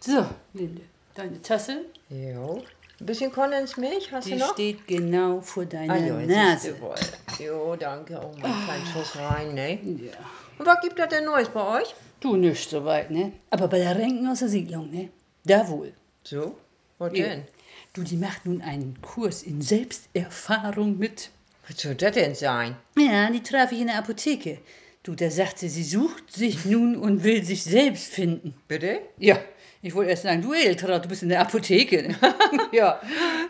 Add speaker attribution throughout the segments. Speaker 1: So, Linde, deine Tasse,
Speaker 2: Jo. Ein bisschen Kondensmilch hast
Speaker 1: die
Speaker 2: du noch?
Speaker 1: steht genau vor deiner
Speaker 2: Ah, jo, jetzt
Speaker 1: Nase.
Speaker 2: ist wohl. Jo, danke. Oh, mein kleinen Schuss rein, ne?
Speaker 1: Ja.
Speaker 2: Und was gibt das denn Neues bei euch?
Speaker 1: Du nicht so weit, ne? Aber bei der Renken aus der Siedlung, ne? Da wohl.
Speaker 2: So, was
Speaker 1: Ja.
Speaker 2: denn?
Speaker 1: Du, die macht nun einen Kurs in Selbsterfahrung mit.
Speaker 2: Was soll das denn sein?
Speaker 1: Ja, die traf ich in der Apotheke. Du, da sagte sie, sucht sich nun und will sich selbst finden.
Speaker 2: Bitte?
Speaker 1: Ja, ich wollte erst sagen, du Edeltraut, du bist in der Apotheke. Ne? ja.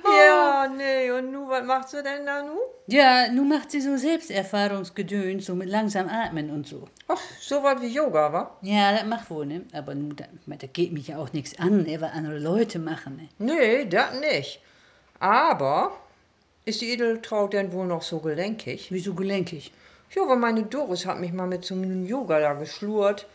Speaker 1: Oh.
Speaker 2: Ja, nee, und nu, was machst du denn da nu?
Speaker 1: ja, nun macht sie so Selbsterfahrungsgedöns, so mit langsam atmen und so.
Speaker 2: Ach, so was wie Yoga, wa?
Speaker 1: Ja, das macht wohl, ne? Aber nun, da, da geht mich ja auch nichts an, ne? was andere Leute machen. Ne?
Speaker 2: Nee, das nicht. Aber ist die Edeltraut denn wohl noch so gelenkig?
Speaker 1: Wieso gelenkig?
Speaker 2: Jo, aber meine Doris hat mich mal mit so einem Yoga da geschlurrt.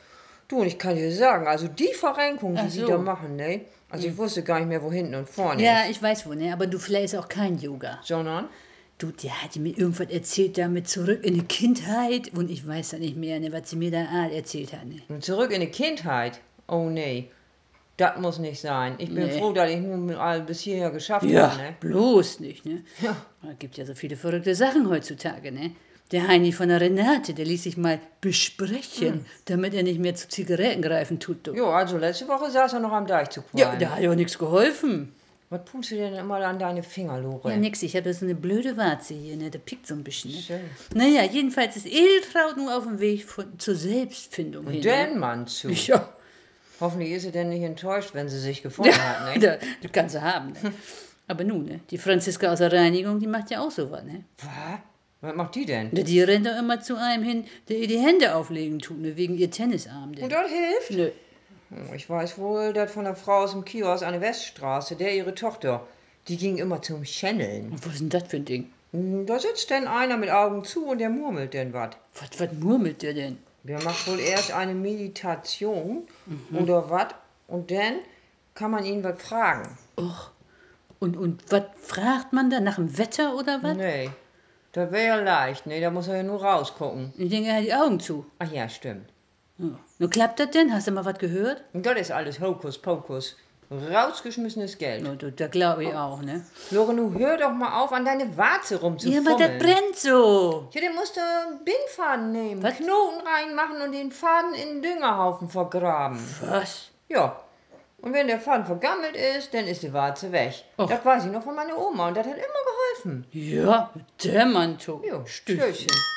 Speaker 2: Du, und ich kann dir sagen, also die Verrenkung, die
Speaker 1: Ach
Speaker 2: sie
Speaker 1: so. Hm.
Speaker 2: da machen, ne? Also ich wusste gar nicht mehr, wo hinten und vorne
Speaker 1: Ja,
Speaker 2: ist.
Speaker 1: ich weiß wohl, ne? Aber du, vielleicht ist auch kein Yoga.
Speaker 2: Sondern,
Speaker 1: Du, die hat die mir irgendwas erzählt, damit zurück in die Kindheit. Und ich weiß da nicht mehr, ne, was sie mir da ah, erzählt hat. Ne?
Speaker 2: und zurück in die Kindheit. Oh nee, das muss nicht sein. Ich bin
Speaker 1: Nee.
Speaker 2: froh, dass ich nun mit all bis hierher geschafft habe, ne?
Speaker 1: bloß nicht, ne? Ja. gibt ja so viele verrückte Sachen heutzutage, ne? Der Heini von der Renate, der ließ sich mal besprechen, damit er nicht mehr zu Zigaretten greifen tut. Du.
Speaker 2: Jo, also letzte Woche saß er noch am Deich zu
Speaker 1: Ja,
Speaker 2: qualmen.
Speaker 1: da hat ja auch nichts geholfen.
Speaker 2: Was pulst du denn immer an deine Finger, Lore?
Speaker 1: Ja, nix, ich habe so eine blöde Warze hier, ne? Der pickt so ein bisschen, ne?
Speaker 2: Schön.
Speaker 1: Naja, jedenfalls ist Edeltraut nun auf dem Weg von, zur Selbstfindung hin. ne?
Speaker 2: Den Mann zu.
Speaker 1: Ja,
Speaker 2: Hoffentlich ist sie denn nicht enttäuscht, wenn sie sich gefunden
Speaker 1: Ja,
Speaker 2: hat, ne?
Speaker 1: da, das kannst du haben. Ne? Aber nun, ne? die Franziska aus der Reinigung, die macht ja auch sowas. Ne?
Speaker 2: Was? Was macht die denn?
Speaker 1: Ja, Die rennt doch immer zu einem hin, der ihr die Hände auflegen tut, ne? wegen ihr Tennisarm.
Speaker 2: Und
Speaker 1: Ne?
Speaker 2: das hilft?
Speaker 1: Nö.
Speaker 2: Hm, Ich weiß wohl, dass von einer Frau aus dem Kiosk an der Weststraße, der ihre Tochter, die ging immer zum Channeln. Hm,
Speaker 1: Und was ist denn das für ein Ding?
Speaker 2: Da sitzt denn einer mit Augen zu und der murmelt denn was.
Speaker 1: Was, was murmelt der denn?
Speaker 2: Der macht wohl erst eine Meditation
Speaker 1: Mhm.
Speaker 2: oder was und dann kann man ihn was fragen.
Speaker 1: Och. Und, und was fragt man da? Nach dem Wetter oder was?
Speaker 2: Nee, das wäre ja leicht, nee, da muss er ja nur rausgucken.
Speaker 1: Ich denke, er hat die Augen zu.
Speaker 2: Ach ja, stimmt.
Speaker 1: Ja. Nun klappt das denn? Hast du mal was gehört?
Speaker 2: Und das ist alles Hokuspokus. Rausgeschmissenes Geld.
Speaker 1: Ja, du, da glaube ich auch, ne?
Speaker 2: Lore, nu hör doch mal auf, an deine Warze
Speaker 1: Ja,
Speaker 2: rumzufummeln.
Speaker 1: aber das brennt so.
Speaker 2: Ja, den musst du einen Bindfaden nehmen,
Speaker 1: Was?
Speaker 2: Knoten reinmachen und den Faden in den Düngerhaufen vergraben.
Speaker 1: Was?
Speaker 2: Ja. Und wenn der Faden vergammelt ist, dann ist die Warze weg.
Speaker 1: Och.
Speaker 2: Das weiß ich noch von meiner Oma und das hat immer geholfen.
Speaker 1: Ja, mit Dämmern, du.
Speaker 2: Jo,
Speaker 1: Stößchen.
Speaker 2: Stößchen.